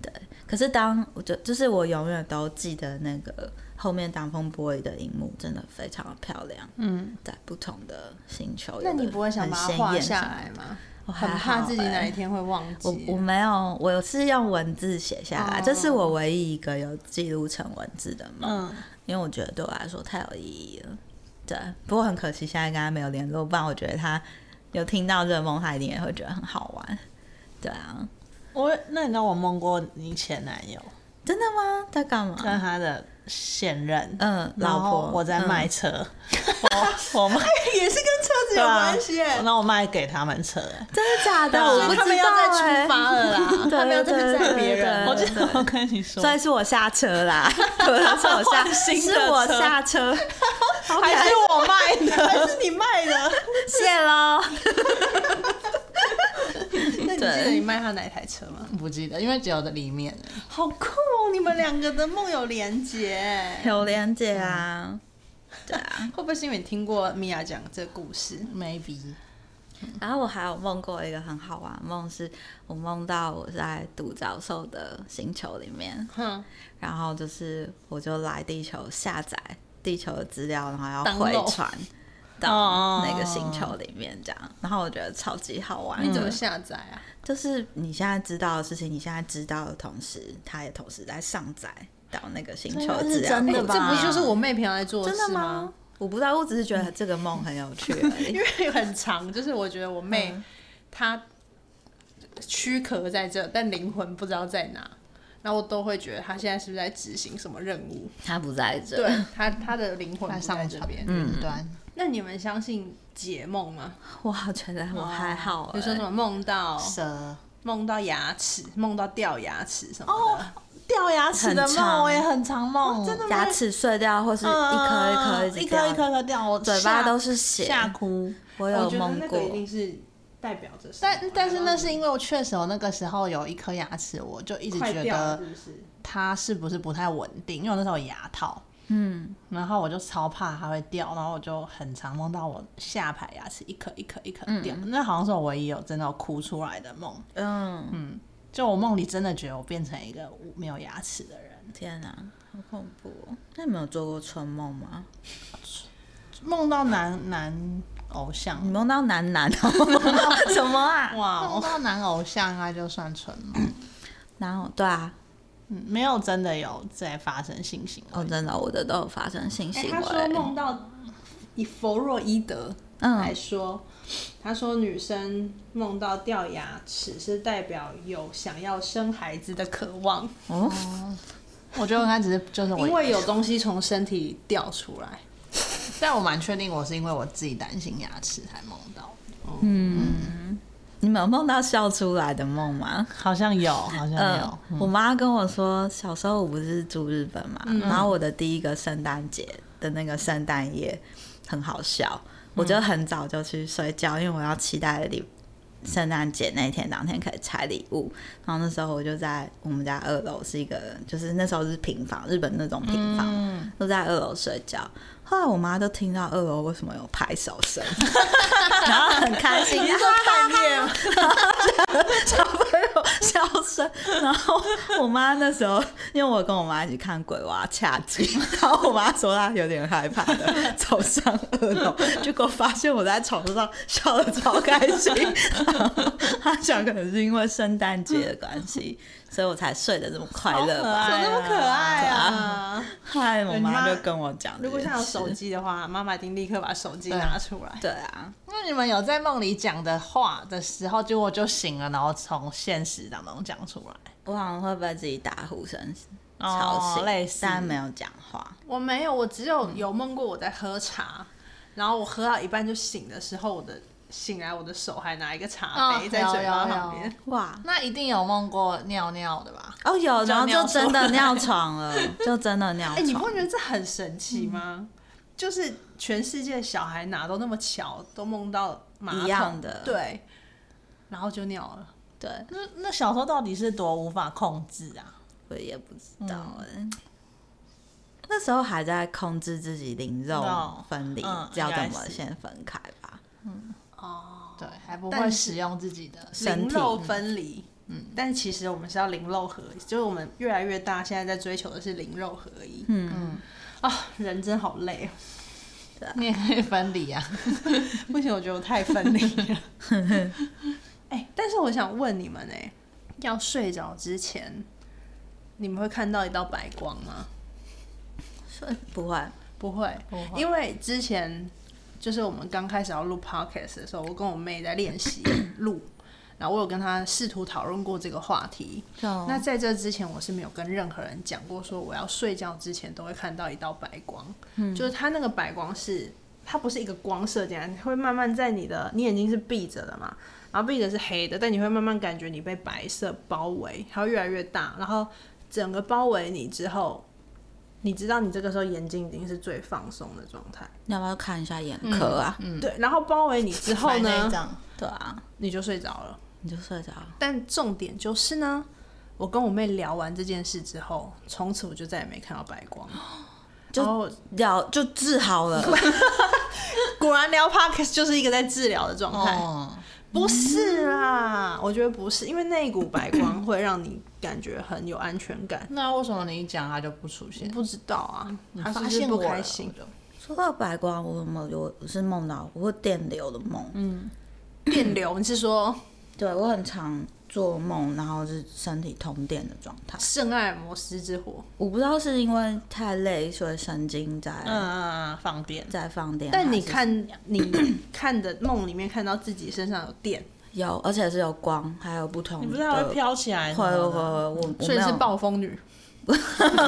Speaker 2: 对。可是当我就就是我永远都记得那个后面挡风玻璃的荧幕真的非常的漂亮，嗯，在不同的星球，
Speaker 1: 那你不会想把它画下来？吗？
Speaker 2: 我还
Speaker 1: 很怕
Speaker 2: 好
Speaker 1: 自己
Speaker 2: 欸
Speaker 1: 哪一天会忘
Speaker 2: 我
Speaker 1: 记。
Speaker 2: 我没有，我是用文字写下来，
Speaker 1: 哦
Speaker 2: 这是我唯一一个有记录成文字的梦，
Speaker 3: 嗯，
Speaker 2: 因为我觉得对我来说太有意义了。对，不过很可惜，现在跟他没有联络，不然我觉得他有听到这个梦，他一定也会觉得很好玩。对啊，
Speaker 3: 我那你知道我梦过你前男友嗯
Speaker 2: 真的吗？在干嘛？
Speaker 3: 跟他的现任，
Speaker 2: 嗯
Speaker 3: 然
Speaker 2: 老
Speaker 3: 后
Speaker 2: 婆
Speaker 3: 我在卖车， 我我卖，
Speaker 1: 也是跟车子
Speaker 3: 对
Speaker 1: 有
Speaker 3: 啊
Speaker 1: 关系耶、，
Speaker 3: 那我卖给他们车，
Speaker 2: 真的假的？
Speaker 1: 所
Speaker 2: 我
Speaker 1: 以
Speaker 2: 不
Speaker 1: 他
Speaker 2: 知
Speaker 1: 们要再
Speaker 2: 道
Speaker 1: 出
Speaker 2: 哎。
Speaker 1: 发了啦，他们要再去载别人
Speaker 2: 对
Speaker 3: 我
Speaker 1: 了。
Speaker 3: 记
Speaker 2: 对
Speaker 3: 得我跟你说，
Speaker 2: 所以是我下车 啦，是我下，
Speaker 3: 换新的
Speaker 2: 是
Speaker 3: 车
Speaker 2: 我下 车，
Speaker 3: 还是我卖 的，
Speaker 1: 是你卖的，
Speaker 2: 谢 喽。
Speaker 1: 那你记得你卖他哪一台车吗？
Speaker 3: 不记得，因为只有在里面了。
Speaker 1: 好酷哦！你们两个的梦有连结，
Speaker 2: 有连姐啊，对啊。
Speaker 1: 会不会是因为你听过米娅讲这个故事？
Speaker 3: maybe
Speaker 2: 然后我还有梦过一个很好玩的梦，是我梦到我在独角兽的星球里面，
Speaker 1: 哼，
Speaker 2: 然后就是我就来地球下载地球的资料，然后要
Speaker 1: Download
Speaker 2: 回传
Speaker 3: 哦
Speaker 2: 到那个星球里面这样。然后我觉得超级好玩
Speaker 1: 你怎
Speaker 3: 嗯
Speaker 1: 么
Speaker 2: 的，
Speaker 1: 下载啊？
Speaker 2: 就是你现在知道的事情，你现在知道的同时，它也同时在上载到那个星球的资料库里
Speaker 1: 哎
Speaker 2: 面。
Speaker 1: 这不就是我妹平常在做的
Speaker 2: 真的
Speaker 1: 事
Speaker 2: 吗？？我不知道，我只是觉得这个梦很有趣而 已。
Speaker 1: 因为很长，就是我觉得我妹、
Speaker 3: 嗯
Speaker 1: 她躯壳在这，但灵魂不知道在哪。然后我都会觉得她现在是不是在执行什么任务？
Speaker 2: 他不在这，
Speaker 1: 对， 她她的灵魂
Speaker 3: 在
Speaker 1: 不在
Speaker 3: 上
Speaker 1: 这
Speaker 3: 传嗯
Speaker 1: 边。
Speaker 3: 云端，
Speaker 1: 那你们相信解梦吗？
Speaker 2: 我好觉得我还好、欸。
Speaker 1: 比如说什么梦到
Speaker 3: 蛇
Speaker 1: 梦到牙齿，梦到掉牙齿什么的。
Speaker 3: 哦掉牙齿的
Speaker 2: 很
Speaker 3: 梦，
Speaker 2: 长
Speaker 3: 我也很哦常梦，
Speaker 1: 真的吗
Speaker 2: 牙齿碎掉，或是一颗一颗
Speaker 3: 嗯
Speaker 2: 一直
Speaker 3: 一颗
Speaker 2: 掉
Speaker 3: 一颗一颗掉，我
Speaker 2: 嘴巴
Speaker 3: 吓
Speaker 2: 都是血
Speaker 3: 吓哭。
Speaker 2: 我
Speaker 1: 我
Speaker 2: 有
Speaker 1: 觉得
Speaker 2: 梦
Speaker 1: 那
Speaker 2: 过
Speaker 1: 个一，定是代表着什么，
Speaker 3: 但但是那是因为我确实我那个时候有一颗牙齿，我就一直
Speaker 1: 快
Speaker 3: 觉
Speaker 1: 掉了，
Speaker 3: 得
Speaker 1: 是不是？
Speaker 3: 它是不是不太稳定，因为我那时候有牙套，嗯，然后我就超怕它会掉，然后我就很常梦到我下排牙齿一颗一颗一颗掉，那好像是我唯一有真的有哭出来的梦，
Speaker 2: 嗯，
Speaker 3: 就我梦里真的觉得我变成一个没有牙齿的人，
Speaker 2: 天哪、好恐怖、哦！那你们有做过春梦吗？
Speaker 3: 梦到男男偶像
Speaker 2: 你，梦到男男哦， 什么啊？
Speaker 1: 哇
Speaker 3: 梦
Speaker 1: 哦，
Speaker 3: 到男偶像啊就算纯梦，
Speaker 2: 然后对啊，
Speaker 3: 嗯没有真的有在发生性行为
Speaker 2: 哦，，真的，我的都有发生性
Speaker 1: 哎
Speaker 2: 行
Speaker 1: 他说
Speaker 2: 为。
Speaker 1: 梦到以弗洛伊德来
Speaker 2: 嗯，
Speaker 1: 说，他说女生梦到掉牙齿是代表有想要生孩子的渴望，
Speaker 2: 哦，
Speaker 3: 我觉得应该只是就是我
Speaker 1: 因为有东西从身体掉出来。
Speaker 3: 但我蛮确定，我是因为我自己担心牙齿才梦到。
Speaker 2: 你们有梦到笑出来的梦吗？
Speaker 3: 好像有，好像
Speaker 2: 嗯，我妈跟我说，小时候我不是住日本嘛，然后我的第一个圣诞节的那个圣诞夜很好笑，我就很早就去睡觉，因为我要期待礼圣诞节那一天当天可以拆礼物。然后那时候我就在我们家二楼是一个，就是那时候是平房，日本那种平房，都在二楼睡觉。后来我妈就听到二楼为什么有拍 手声，然后很开心，
Speaker 1: 你是说半夜吗？
Speaker 2: 小朋友笑声。然后我妈那时候，因为我跟我妈一起看《鬼娃恰 吉》，然后我妈说她有点害怕的走上二楼，结果发现我在床上笑得超开 心。然后她想可能是因为圣诞节的关系，所以我才睡得这么快乐
Speaker 3: 啊
Speaker 2: 吧。
Speaker 1: 怎么那么可爱啊
Speaker 2: 啊！后来我妈就跟我讲，
Speaker 1: 如果现在有手，机的话，妈妈一定立刻把手机拿出来。
Speaker 2: 对啊，
Speaker 3: 那你们有在梦里讲的话的时候，结果就醒了，然后从现实当中讲出来。
Speaker 2: 我好像会被自己打呼声
Speaker 3: 哦
Speaker 2: 吵醒，
Speaker 3: 类似
Speaker 2: 但没有讲话。
Speaker 1: 我没有，我只有有梦过我在喝茶，然后我喝到一半就醒的时候，我的醒来我的手还拿一个茶
Speaker 3: 啊
Speaker 1: 杯在
Speaker 3: 有
Speaker 1: 嘴巴
Speaker 3: 有
Speaker 1: 旁
Speaker 3: 有
Speaker 1: 边，
Speaker 2: 哇，
Speaker 3: 那一定有梦过尿尿的吧？
Speaker 2: 哦，有，然后
Speaker 3: 尿
Speaker 2: 就
Speaker 3: 床
Speaker 2: 真的尿床了， 就真的尿
Speaker 1: 哎、
Speaker 2: 床。
Speaker 1: 你不觉得这很神奇
Speaker 2: 嗯
Speaker 1: 吗？就是全世界小孩哪都那么巧，都梦到马桶
Speaker 2: 一样的
Speaker 1: 对，然后就尿了。
Speaker 2: 对，
Speaker 3: 那那小时候到底是多无法控制啊？
Speaker 2: 我也不知道哎、那时候还在控制自己灵肉
Speaker 3: 肉
Speaker 2: 分离，
Speaker 3: 嗯
Speaker 2: 要怎
Speaker 3: 应
Speaker 2: 么
Speaker 3: 该是
Speaker 2: 先分开吧？
Speaker 1: 哦，
Speaker 3: 对，还不
Speaker 1: 但
Speaker 3: 会使用自己的。
Speaker 2: 身
Speaker 1: 零
Speaker 2: 体
Speaker 1: 肉分离。嗯，但其实我们是要零肉合一，就是我们越来越大，现在在追求的是零肉合一。嗯啊、人真好累哦，
Speaker 3: 你也可以分离 啊，
Speaker 1: 不行，我觉得我太分离了。哎、但是我想问你们哎、要睡着之前，你们会看到一道白光吗？
Speaker 2: 所以不会，
Speaker 1: 不会，
Speaker 3: 不会
Speaker 1: 因为之 前就是我们刚开始要录 podcast 的时候，我跟我妹在练习录，然后我有跟他试图讨论过这个话题。
Speaker 2: 那
Speaker 1: 那在这之前，我是没有跟任何人讲过，说我要睡觉之前都会看到一道白光。嗯，就是它那个白光是，它不是一个光射进来，会慢慢在你的，你眼睛是闭着的嘛，然后闭着是黑的，但你会慢慢感觉你被白色包围，它会越来越大，然后整个包围你之后，你知道你这个时候眼睛已经是最放松的状态。
Speaker 2: 你要不要看一下眼科啊？
Speaker 1: 嗯，对，然后包围你之后
Speaker 3: 买那一
Speaker 1: 呢，
Speaker 3: 张
Speaker 2: 对啊，
Speaker 1: 你就睡着了。
Speaker 2: 你就睡着了。
Speaker 1: 但重点就是呢，我跟我妹聊完这件事之后，从此我就再也没看到白 光。然后
Speaker 2: 要就治好了，
Speaker 1: 果然聊 podcast 就是一个在治疗的状态，
Speaker 3: 哦，
Speaker 1: 不是啦，我觉得不是，因为那一股白光会让你感觉很有安全感。
Speaker 3: 那为什么你一讲它就不出现？
Speaker 1: 不知道啊，还是
Speaker 3: 嗯发
Speaker 1: 就是
Speaker 3: 现
Speaker 1: 不
Speaker 3: 我
Speaker 1: 开
Speaker 3: 了
Speaker 1: 心
Speaker 3: 我。就
Speaker 2: 说到白光，我有没有我是梦到我会电流的梦？
Speaker 1: 电流，你是说
Speaker 2: 对我很常做梦，然后是身体通电的状态。
Speaker 1: 圣爱摩斯之火？
Speaker 2: 我不知道是因为太累，所以神经在、
Speaker 3: 嗯嗯嗯，放电。
Speaker 2: 在放电。
Speaker 1: 但你
Speaker 2: 还是
Speaker 1: 看你看的梦里面看到自己身上有电，
Speaker 2: 有，而且是有光，还有不同的。
Speaker 3: 你不是还会飘起来什
Speaker 2: 会
Speaker 3: 么
Speaker 2: 会
Speaker 3: 的？
Speaker 2: 会会，我我
Speaker 1: 所以
Speaker 2: 没
Speaker 1: 是
Speaker 2: 有
Speaker 1: 暴风 女。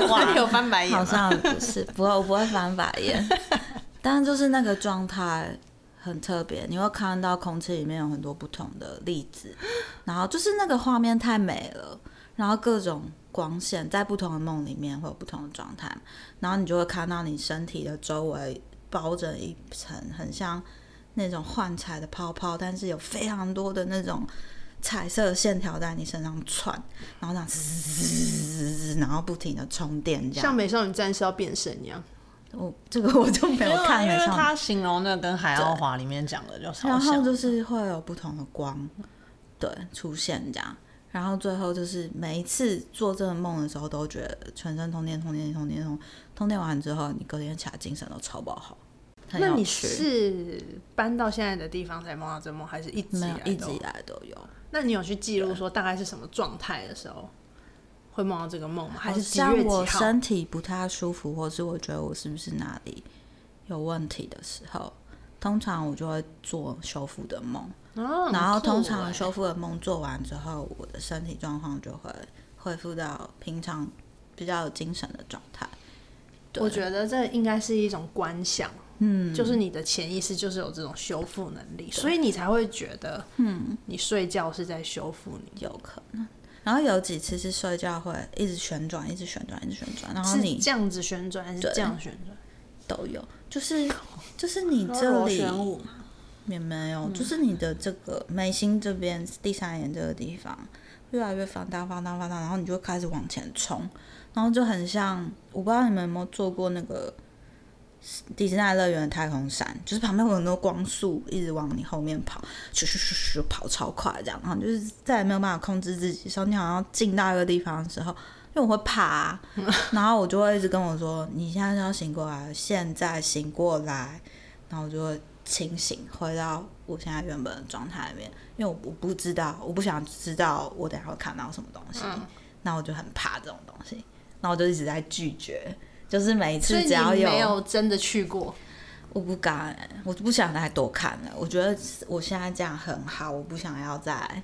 Speaker 1: 哇，你有翻白眼
Speaker 2: 好
Speaker 1: 吗？
Speaker 2: 像不 是，不会，我不会翻白眼，但就是那个状态很特别，你会看到空气里面有很多不同的粒子，然后就是那个画面太美了，然后各种光线在不同的梦里面会有不同的状态，然后你就会看到你身体的周围包着一层很像那种幻彩的泡泡，但是有非常多的那种。彩色的线条在你身上窜，然后这样滋滋滋滋滋滋，然后不停的充电，这样
Speaker 1: 像美少女战士要变身一样。
Speaker 2: 我这个 我就没有
Speaker 3: 啊
Speaker 2: 看
Speaker 3: 因
Speaker 2: 得
Speaker 3: 为
Speaker 2: 上。
Speaker 3: 他形容那个跟海奥华里面讲的就超
Speaker 2: 然后
Speaker 3: 像。
Speaker 2: 就是会有不同的光，对，出现这样。然后最后就是每一次做这个梦的时候，都觉得全身通电、通电、通电、通通电完之后，你隔天起来精神都超爆好。很
Speaker 1: 那
Speaker 2: 有
Speaker 1: 你
Speaker 2: 趣
Speaker 1: 是搬到现在的地方才梦到这梦，还是一直以
Speaker 2: 没有
Speaker 1: 来
Speaker 2: 一
Speaker 1: 都
Speaker 2: 直以来都有？
Speaker 1: 那你有去记录说大概是什么状态的时候会梦到这个梦吗？还是
Speaker 2: 好
Speaker 1: 几月
Speaker 2: 像
Speaker 1: 几
Speaker 2: 我
Speaker 1: 号？哦
Speaker 2: 身体不太舒服，或是我觉得我是不是哪里有问题的时候，通常我就会做修复的梦。
Speaker 1: 哦
Speaker 2: 然后
Speaker 1: 很酷
Speaker 2: 通常
Speaker 1: 欸
Speaker 2: 修复的梦做完之后，我的身体状况就会恢复到平常比较有精神的状态。对
Speaker 1: 我觉得这应该是一种观想，嗯，就是你的潜意识就是有这种修复能力，所以你才会觉得，嗯，你睡觉是在修复你。
Speaker 2: 有可能。然后有几次是睡觉会一直旋转，一直旋转，一直旋转，然后
Speaker 1: 是
Speaker 2: 你
Speaker 1: 这样子旋转还是
Speaker 2: 对
Speaker 1: 这样旋转？
Speaker 2: 都有，就是就是你这
Speaker 1: 螺
Speaker 2: 里
Speaker 1: 旋舞嗯
Speaker 2: 也没有，就是你的这个眉心这边第三眼这个地方越来越放大、放大、放大，然后你就开始往前冲，然后就很像，我不知道你们有没有坐过那个迪士尼乐园的太空伞，就是旁边会有很多光速一直往你后面跑，咻咻咻咻跑超快这样，然后你就是再也没有办法控制自己，时候你好像进到一个地方的时候。因为我会怕、 啊，然后我就会一直跟我说：“你现在就要醒过来，现在醒过来。”然后我就会清醒，回到我现在原本的状态里面，因为我我不知道，我不想知道我等一下会看到什么东西，
Speaker 1: 嗯
Speaker 2: 那、我就很怕这种东西，那我就一直在拒绝，就是每一
Speaker 1: 所
Speaker 2: 次
Speaker 1: 以
Speaker 2: 只
Speaker 1: 你
Speaker 2: 要
Speaker 1: 没有真的去过，
Speaker 2: 我不敢欸、我就不想再多看了。我觉得我现在这样很好，我不想要再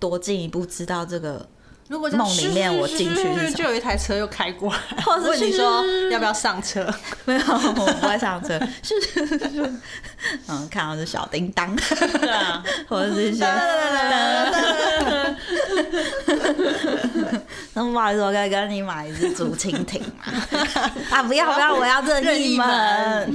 Speaker 2: 多进一步知道这个，
Speaker 1: 如果这样
Speaker 2: 梦里面我
Speaker 1: 咻咻咻
Speaker 2: 进去是
Speaker 1: 咻
Speaker 2: 什
Speaker 1: 咻
Speaker 2: 么
Speaker 1: 就有一台车又开过来，
Speaker 2: 或
Speaker 1: 问你说要不要上车？
Speaker 2: 没有，我不会上 车，是嗯，看到是小叮当，
Speaker 3: 对啊，
Speaker 2: 或者是一些， 那不好意思，我可以跟你买一只竹蜻蜓嘛？ 啊，不要不要，我要任意门。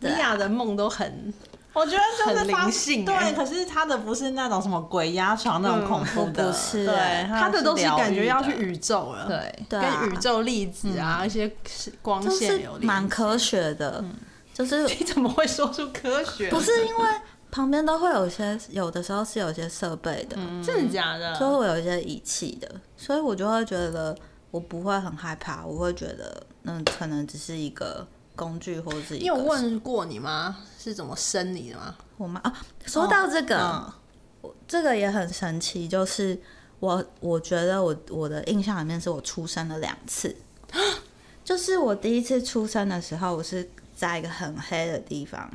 Speaker 1: 米娅的梦都很
Speaker 3: 我觉得就是
Speaker 1: 很
Speaker 3: 发
Speaker 1: 灵性欸
Speaker 3: 对，可是他的不是那种什么鬼压床那种恐怖
Speaker 1: 嗯
Speaker 3: 的，
Speaker 2: 不是
Speaker 3: 对，
Speaker 1: 欸他的都是
Speaker 3: 疗愈
Speaker 1: 感觉要去
Speaker 3: 的
Speaker 1: 宇宙了，，
Speaker 3: 对，
Speaker 2: 对啊
Speaker 1: 跟宇宙粒子啊，一些光
Speaker 2: 就
Speaker 1: 线
Speaker 2: 是
Speaker 1: 有粒
Speaker 2: 蛮
Speaker 1: 子。
Speaker 2: 科学的，就是
Speaker 1: 你怎么会说出科学？
Speaker 2: 不是因为旁边都会有些，有的时候是有些设备的，
Speaker 1: 真的假的？
Speaker 2: 所以我有一些仪器的，所以我就会觉得我不会很害怕，我会觉得嗯，可能只是一个工具或者是一个。
Speaker 1: 你有问过你妈是怎么生你的吗？
Speaker 2: 我妈啊？说到这个，
Speaker 3: 嗯
Speaker 2: 我这个也很神奇，就是我我觉得我我的印象里面是我出生了两次，就是我第一次出生的时候，我是在一个很黑的地方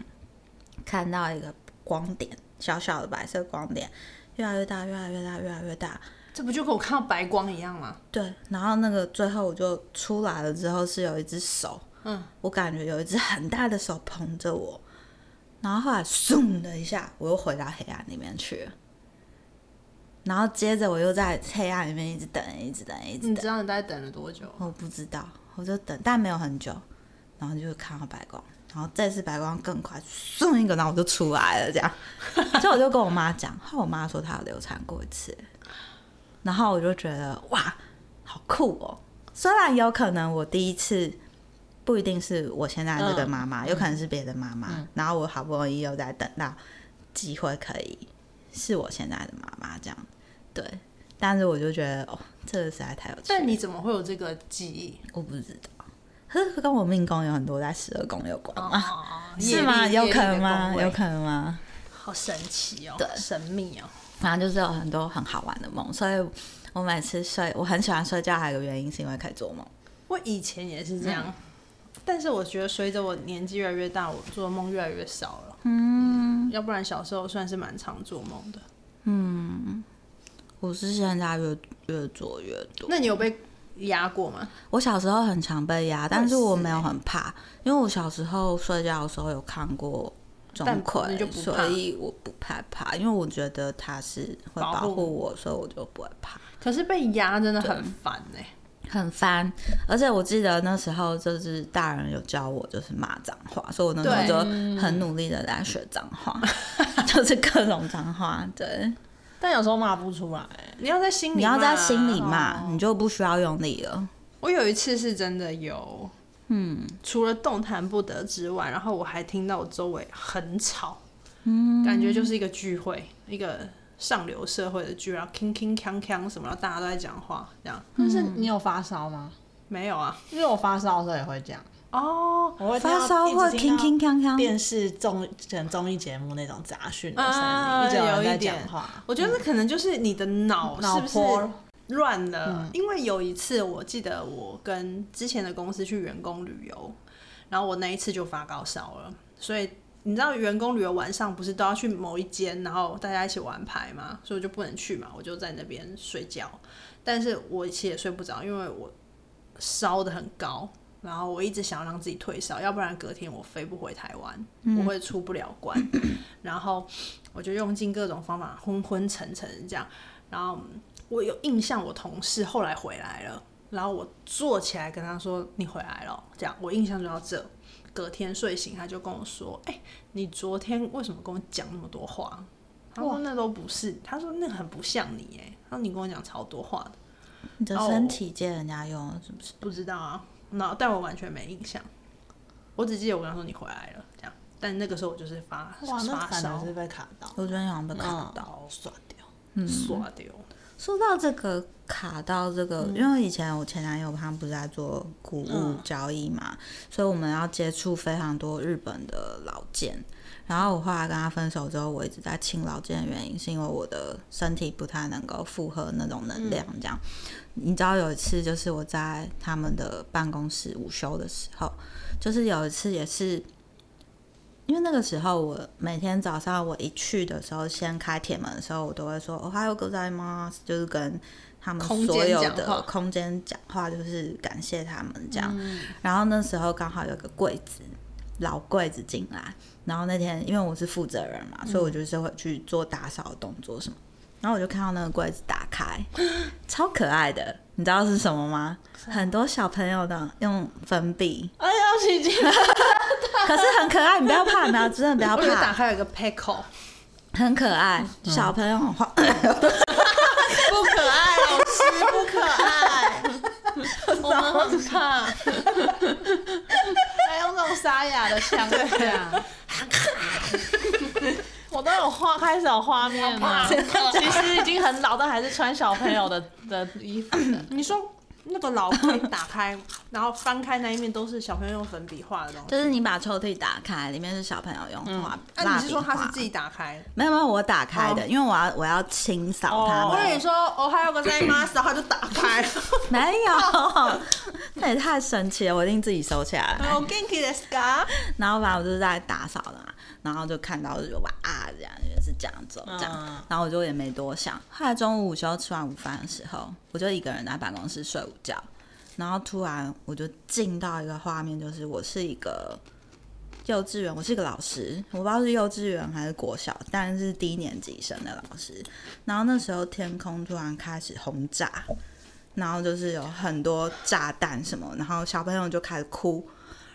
Speaker 2: 看到一个光点，小小的白色光点，越来越大，越来越大，越来越大。
Speaker 1: 这不就跟我看到白光一样吗？
Speaker 2: 对，然后那个最后我就出来了之后是有一只手，
Speaker 1: 嗯，
Speaker 2: 我感觉有一只很大的手捧着我，然后后来嗖的一下，我又回到黑暗里面去了。然后接着我又在黑暗里面一直等，一直等，一直
Speaker 1: 你
Speaker 2: 等。
Speaker 1: 知道你大概等了多久？
Speaker 2: 我哦不知道，我就等，但没有很久，然后就看到白光，然后这次白光更快，送一个，然后我就出来了，这样，所以我就跟我妈讲，后来我妈说她有流产过一次，然后我就觉得哇，好酷哦！虽然有可能我第一次不一定是我现在这个妈妈，有可能是别的妈妈，然后我好不容易又在等到机会可以是我现在的妈妈这样，对，但是我就觉得哦，这个实在太有趣了。
Speaker 1: 但你怎么会有这个记 忆？
Speaker 2: 我不知道，可是跟我命宫有很多在十二宫有关吗？
Speaker 1: 哦
Speaker 2: 是吗？有可能吗？有
Speaker 1: 有
Speaker 2: 可能吗？
Speaker 1: 好神奇哦，
Speaker 2: 对
Speaker 1: 神秘哦。
Speaker 2: 反正就是有很多很好玩的梦，所以我每次睡，我很喜欢睡觉，还有一个原因是因为可以做梦。
Speaker 1: 我以前也是这样，
Speaker 2: 嗯
Speaker 1: 但是我觉得随着我年纪越来越大，我做梦越来越少了。嗯，要不然小时候算是蛮常做梦的。
Speaker 2: 我是现在越越做越多。
Speaker 1: 那你有被压过吗？
Speaker 2: 我小时候很常被压，但是
Speaker 1: 我也是
Speaker 2: 我没有很怕，因为我小时候睡觉的时候有看过钟
Speaker 1: 但你就
Speaker 2: 馗，
Speaker 1: 不怕
Speaker 2: 所以我不害怕，因为我觉得他是会
Speaker 1: 保
Speaker 2: 保
Speaker 1: 护
Speaker 2: 护我，所以我就不会怕。
Speaker 1: 可是被压真的很烦欸呢、
Speaker 2: 很烦，而且我记得那时候就是大人有教我就是骂脏话，所以我那时候
Speaker 1: 对
Speaker 2: 就
Speaker 3: 嗯
Speaker 2: 很努力的在学脏话， 就是各种脏话。对，
Speaker 3: 但有时候骂不出来，
Speaker 1: 你要在心里，
Speaker 2: 你要在心里。骂，
Speaker 1: 哦
Speaker 2: 你就不需要用力了。
Speaker 1: 我有一次是真的有，嗯，除了动弹不得之外，然后我还听到我周围很吵，嗯，感觉就是一个聚会，一个上流社会的聚会，然后铿铿锵锵什么，然后大家都在讲话，这样
Speaker 3: 但是你有发烧吗？
Speaker 1: 没有啊？
Speaker 3: 因为我发烧的时候也会这样，
Speaker 1: 哦，
Speaker 3: 我会听到
Speaker 2: 发烧会
Speaker 3: 一直
Speaker 2: 铿
Speaker 3: 听到
Speaker 2: 铿锵锵，
Speaker 3: 电视综可能综艺节目那种杂讯的声
Speaker 1: 啊
Speaker 3: 音，一直有人
Speaker 1: 有
Speaker 3: 在
Speaker 1: 一点
Speaker 3: 讲话，
Speaker 1: 我觉得可能就是你的脑
Speaker 3: 脑
Speaker 1: 是不
Speaker 3: 波
Speaker 1: 是乱了？因为有一次我记得我跟之前的公司去员工旅游，然后我那一次就发高烧了，所以。你知道员工旅游晚上不是都要去某一间，然后大家一起玩牌嘛，所以我就不能去嘛，我就在那边睡觉。但是我其实也睡不着，因为我烧的很高，然后我一直想要让自己退烧，要不然隔天我飞不回台湾，我会出不了关。然后我就用尽各种方法，昏昏沉沉这样。然后我有印象，我同事后来回来了，然后我坐起来跟他说：“你回来了。”这样，我印象就到这。隔天睡醒，他就跟我说：“哎、你昨天为什么跟我讲那么多话？”他说：“那都不是。”他说：“那很不像你。”哎，他说：“你跟我讲超多话的。”
Speaker 2: 你的
Speaker 3: 哦
Speaker 2: 身体借人家用了是不是？
Speaker 1: 不知道啊，那但我完全没印象，我只记得我跟他说你回来了这样，但那个时候我就是发
Speaker 3: 哇，那
Speaker 1: 发
Speaker 3: 反
Speaker 1: 烧
Speaker 3: 而，是被卡到，
Speaker 2: 我昨天好像被卡
Speaker 3: 嗯
Speaker 2: 到。
Speaker 3: 刷掉。
Speaker 1: 刷掉，
Speaker 2: 说到这个卡到这个，因为以前我前男友他不是在做谷物交易嘛，所以我们要接触非常多日本的老件。然后我后来跟他分手之后，我一直在清老件的原因是因为我的身体不太能够负荷那种能量。这样，你知道有一次就是我在他们的办公室午休的时候，就是有一次也是。因为那个时候，我每天早上我一去的时候，先开铁门的时候，我都会说“哦，还有哥在吗？”就是跟他们
Speaker 1: 空间
Speaker 2: 所有
Speaker 1: 讲话
Speaker 2: 的空间讲话，就是感谢他们这样。然后那时候刚好有个柜子，老柜子进来，然后那天因为我是负责人嘛，所以我就是会去做打扫的动作什么。然后我就看到那个柜子打开，超可爱的，你知道是什么吗？很多小朋友的用粉笔，
Speaker 3: 哎呀，奇 迹！
Speaker 2: 可是很可爱，你不要怕，然后真的不要
Speaker 1: 我嗯以为打
Speaker 2: 怕，
Speaker 1: 开有一个 pickle，很
Speaker 2: 很可爱。小朋 友很坏，
Speaker 3: 不可爱，老师不可爱，
Speaker 1: 我们很 怕，
Speaker 3: 还用那种沙哑的腔调。我都有画，开始有画面了。其实已经很老，但还是穿小朋友的的衣服。
Speaker 1: 你说那个老柜打开，然后翻开那一面都是小朋友用粉笔画的东西。
Speaker 2: 就是你把抽屉打开，里面是小朋友用画
Speaker 1: 那、嗯
Speaker 2: 蜡
Speaker 1: 啊你是
Speaker 2: 笔
Speaker 1: 说他
Speaker 2: 画
Speaker 1: 是自己打开？
Speaker 2: 没有没有，我打开的，因为我要我要清扫它
Speaker 1: 我
Speaker 2: 们。
Speaker 1: 跟你说，哦，还有个在妈，然后他就打 开了。
Speaker 2: 没有， 那也太神奇了，我一定自己收起来。
Speaker 1: 我 Genki 的 scar，
Speaker 2: 然后反正我就是在打扫的嘛，然后就看到就哇啊这样，就是这样走这样，
Speaker 3: 嗯
Speaker 2: 然后我就也没多想。后来中午午休吃完午饭的时候，我就一个人在办公室睡午觉，然后突然我就进到一个画面，就是我是一个幼稚园，我是一个老师，我不知道是幼稚园还是国小，但是低年级生的老师。然后那时候天空突然开始轰炸，然后就是有很多炸弹什么，然后小朋友就开始哭。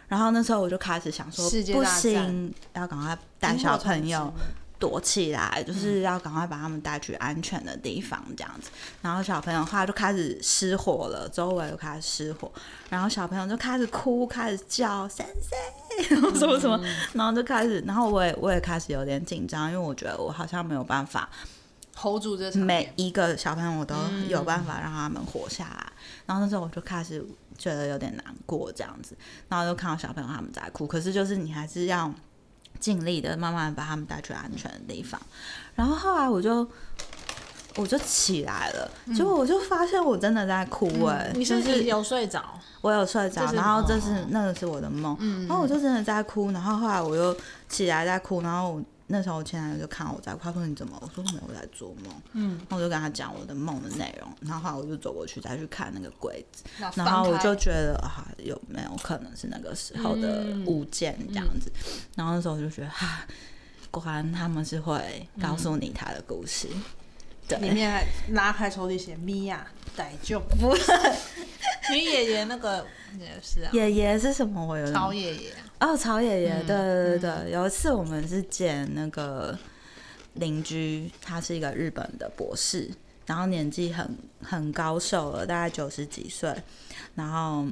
Speaker 2: 然后那时候我就开始想说，
Speaker 1: 世界
Speaker 2: 不
Speaker 1: 大战
Speaker 2: 行，要赶快带小朋友躲起来，
Speaker 1: 嗯
Speaker 2: 就是要赶快把他们带去安全的地方这样子。然后小朋友后来就开始失火了，周围又开始失火，然后小朋友就开始哭，开始叫三三，然后什么什
Speaker 1: 嗯
Speaker 2: 么，然后就开始，然后我也我也开始有点紧张，因为我觉得我好像没有办法，
Speaker 1: hold 住这场面
Speaker 2: 每一个小朋友我都有办法让他们活下来。然后那时候我就开始觉得有点难过这样子，然后就看到小朋友他们在哭，可是就是你还是要尽力的慢慢把他们带去安全的地方。然后后来我就。我就起来了，结果我就发现我真的在哭哎、
Speaker 3: 你
Speaker 2: 就是
Speaker 3: 有睡着？
Speaker 2: 我有睡着
Speaker 3: 这，是
Speaker 2: 然后这
Speaker 3: 梦
Speaker 1: 哦
Speaker 2: 是那个是我的梦，
Speaker 1: 嗯
Speaker 2: 然后我就真的在哭，然后后来我又起来在哭，然后我那时候我前男友就看我在哭，他说你怎么？我说没有，我在做梦。嗯，然后我就跟他讲我的梦的内容，然后后来我就走过去再去看那个柜子，
Speaker 1: 然后
Speaker 2: 然
Speaker 1: 翻
Speaker 2: 后我
Speaker 1: 开
Speaker 2: 就觉得啊，有没有可能是那个时候的物件这样子？
Speaker 1: 嗯
Speaker 2: 然后那时候我就觉得啊，果然他们是会告诉你他的故事。
Speaker 1: 嗯里面还拉开抽屉写米娅逮 就
Speaker 2: 不，
Speaker 3: 你爷爷那个也是啊，
Speaker 2: 爷爷是什么？我有点
Speaker 3: 曹爷爷，
Speaker 2: 哦，曹爷爷，对对对对，有一次我们是见那个邻居，他是一个日本的博士，然后年纪很很高寿了，大概九十几岁，然后。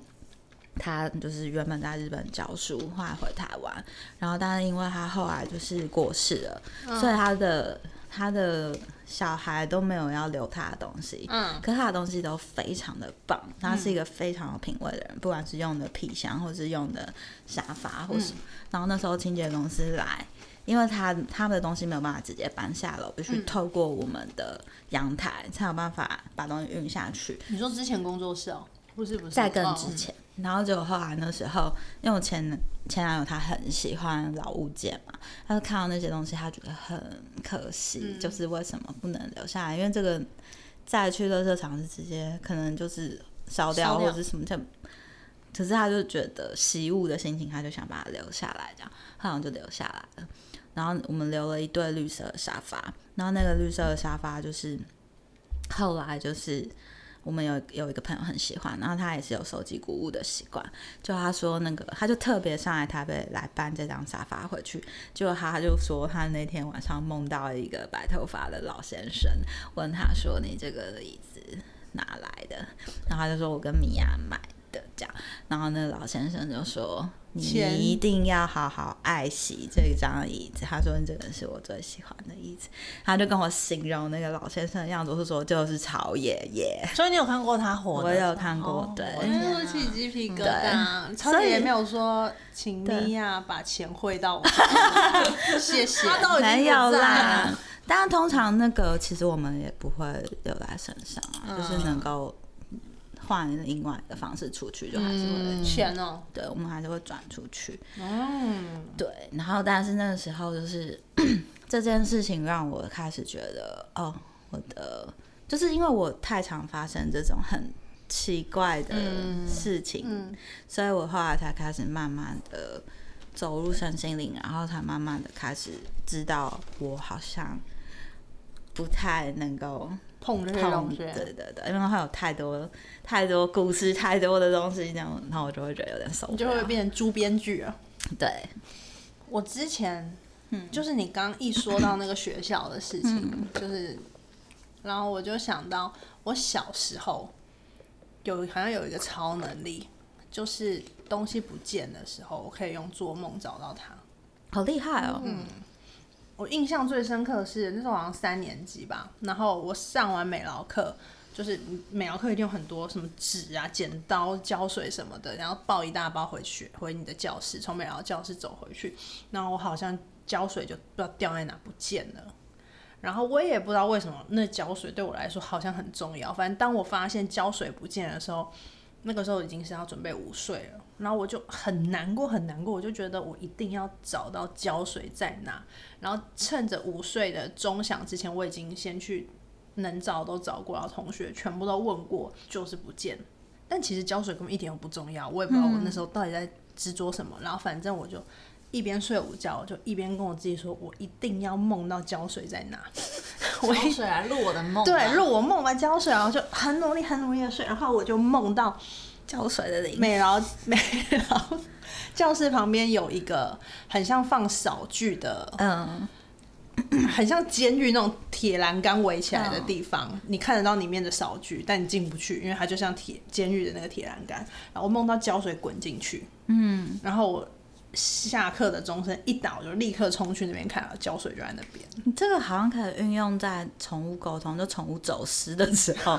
Speaker 2: 他就是原本在日本教书，后来回台湾，然后但是因为他后来就是过世了，所以他的他的小孩都没有要留他的东西，
Speaker 1: 嗯，
Speaker 2: 可是他的东西都非常的棒，他是一个非常有品味的人，不管是用的皮箱，或是用的沙发，或是、然后那时候清洁公司来，因为他他们的东西没有办法直接搬下楼，必须透过我们的阳台、才有办法把东西运下去，
Speaker 1: 你说之前工作室哦，不是不是，
Speaker 2: 再更
Speaker 1: 哦
Speaker 2: 之前。然后结果后来那时候，因为我前前男友他很喜欢老物件嘛，他就看到那些东西，他觉得很可惜，
Speaker 1: 嗯
Speaker 2: 就是为什么不能留下来？因为这个再去垃圾场是直接可能就是烧
Speaker 1: 烧
Speaker 2: 掉或
Speaker 1: 掉
Speaker 2: 者是什么这样。可是他就觉得习物的心情，他就想把它留下来，这样他好像就留下来了。然后我们留了一对绿色的沙发，然后那个绿色的沙发就是后来就是我们有有一个朋友很喜欢，然后他也是有收集古物的习惯，就他说那个他就特别上来台北来搬这张沙发回去，结果他就说他那天晚上梦到一个白头发的老先生，问他说你这个椅子哪来的？然后他就说我跟米娅买的这样，然后那个老先生就说你
Speaker 1: 钱
Speaker 2: 一定要好好爱惜这张椅子，他说这个是我最喜欢的椅子，他就跟我形容那个老先生的样子，我是说就是曹爷爷。
Speaker 3: 所以你有看过他活的？
Speaker 2: 我有看过对
Speaker 3: 我
Speaker 1: 我
Speaker 3: 天
Speaker 1: 那
Speaker 3: 啊
Speaker 1: 时候起鸡皮疙
Speaker 2: 对
Speaker 1: 瘩，超
Speaker 2: 所
Speaker 1: 姐
Speaker 2: 以
Speaker 1: 也没有说请
Speaker 2: 对
Speaker 1: 米娅把钱汇 到我，谢谢。他
Speaker 3: 都已经
Speaker 2: 没有啊
Speaker 3: 不在
Speaker 2: 啦
Speaker 3: 了。
Speaker 2: 但是通常那个其实我们也不会留在身上啊，就是能够换另外的方式出去，就还是会、
Speaker 1: 钱哦，
Speaker 2: 对，我们还是会转出去。
Speaker 1: 嗯，
Speaker 2: 对，然后但是那个时候就是 这件事情让我开始觉得，哦，我的就是因为我太常发生这种很奇怪的
Speaker 1: 嗯
Speaker 2: 事情，所以我后来才开始慢慢的走入身心灵，然后才慢慢的开始知道我好像不太能够
Speaker 1: 碰这些
Speaker 2: 痛，
Speaker 1: 东
Speaker 2: 对
Speaker 1: 西，
Speaker 2: 对对，因为它有太多太多故事，太多的东西，这样，然后我就会觉得有点受不
Speaker 1: 你就
Speaker 2: 了
Speaker 1: 会，变成猪编剧了。嗯
Speaker 2: 对，
Speaker 1: 我之前，就是你刚一说到那个学校的事情，就是，然后我就想到我小时候有好像有一个超能力，就是东西不见的时候，我可以用做梦找到它。
Speaker 2: 好厉害哦，
Speaker 1: 嗯我印象最深刻的是那时候好像三年级吧，然后我上完美劳课就是美劳课一定有很多什么纸啊、剪刀、胶水什么的，然后抱一大包回去，回你的教室，从美劳教室走回去，然后我好像胶水就不知道掉在哪不见了。然后我也不知道为什么那胶水对我来说好像很重要。反正当我发现胶水不见的时候，那个时候已经是要准备午睡了。然后我就很难过，很难过，我就觉得我一定要找到胶水在哪。然后趁着午睡的钟响之前，我已经先去能找都找过，然后同学全部都问过，就是不见。但其实胶水根本一点都不重要，我也不知道我那时候到底在执着什么。然后反正我就一边睡午觉，我就一边跟我自己说，我一定要梦到胶水在哪。我一
Speaker 3: 潮水来入我的梦啊，
Speaker 1: 对，如果我梦完胶水，然后就很努力、很努力的睡，然后我就梦到
Speaker 2: 胶水的零
Speaker 1: 美劳美劳 教室旁边有一个很像放扫具的，
Speaker 2: 嗯，
Speaker 1: 很像监狱那种铁栏杆围起来的地方，你看得到里面的扫具，但你进不去，因为它就像铁监狱的那个铁栏杆。然后我梦到胶水滚进去，嗯，然后我下课的钟声一打，我就立刻冲去那边看，胶水就在那边。
Speaker 2: 你这个好像可以运用在宠物沟通，就宠物走失的时 候，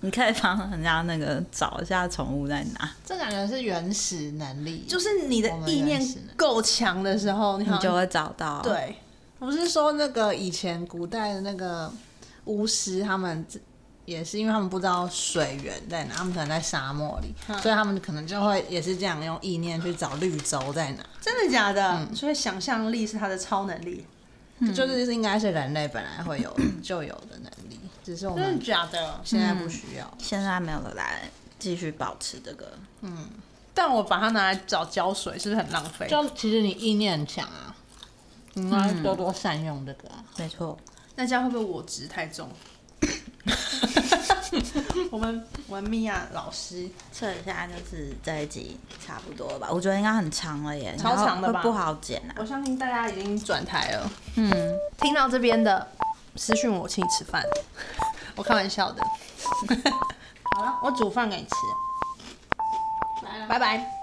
Speaker 2: 你可以帮人家那个找一下宠物在哪，
Speaker 3: 这感觉是原始能力，
Speaker 1: 就是你的
Speaker 3: 我们
Speaker 1: 意念
Speaker 3: 原始能
Speaker 1: 够强的时候，你
Speaker 2: 你
Speaker 1: 好
Speaker 2: 就
Speaker 1: 像
Speaker 2: 会找到。，
Speaker 1: 嗯对。
Speaker 3: 不是说那个以前古代的那个巫师，他们自也是因为他们不知道水源在哪，他们可能在沙漠里，所以他们可能就会也是这样用意念去找绿洲在哪。
Speaker 1: 真的假的？所以想象力是他的超能力，
Speaker 3: 就是就是应该是人类本来会有 就有的能力，只是我们
Speaker 1: 假的？
Speaker 3: 现在不需要。
Speaker 2: 现在没有了来继续保持这个，
Speaker 1: 但我把它拿来找胶水，是不是很浪费？
Speaker 3: 就其实你意念很强啊，你应该多多善用这个、啊。
Speaker 2: 没错。
Speaker 1: 那这样会不会我值太重？ 我们我们米娅老师
Speaker 2: 测一下，就是这一集差不多吧，我觉得应该很长了耶，
Speaker 1: 超长的吧
Speaker 2: 然后会不好剪啊。
Speaker 1: 我相信大家已经转台了。嗯，听到这边的私讯我请你吃饭，我开玩笑的。好了，我煮饭给你吃。拜拜。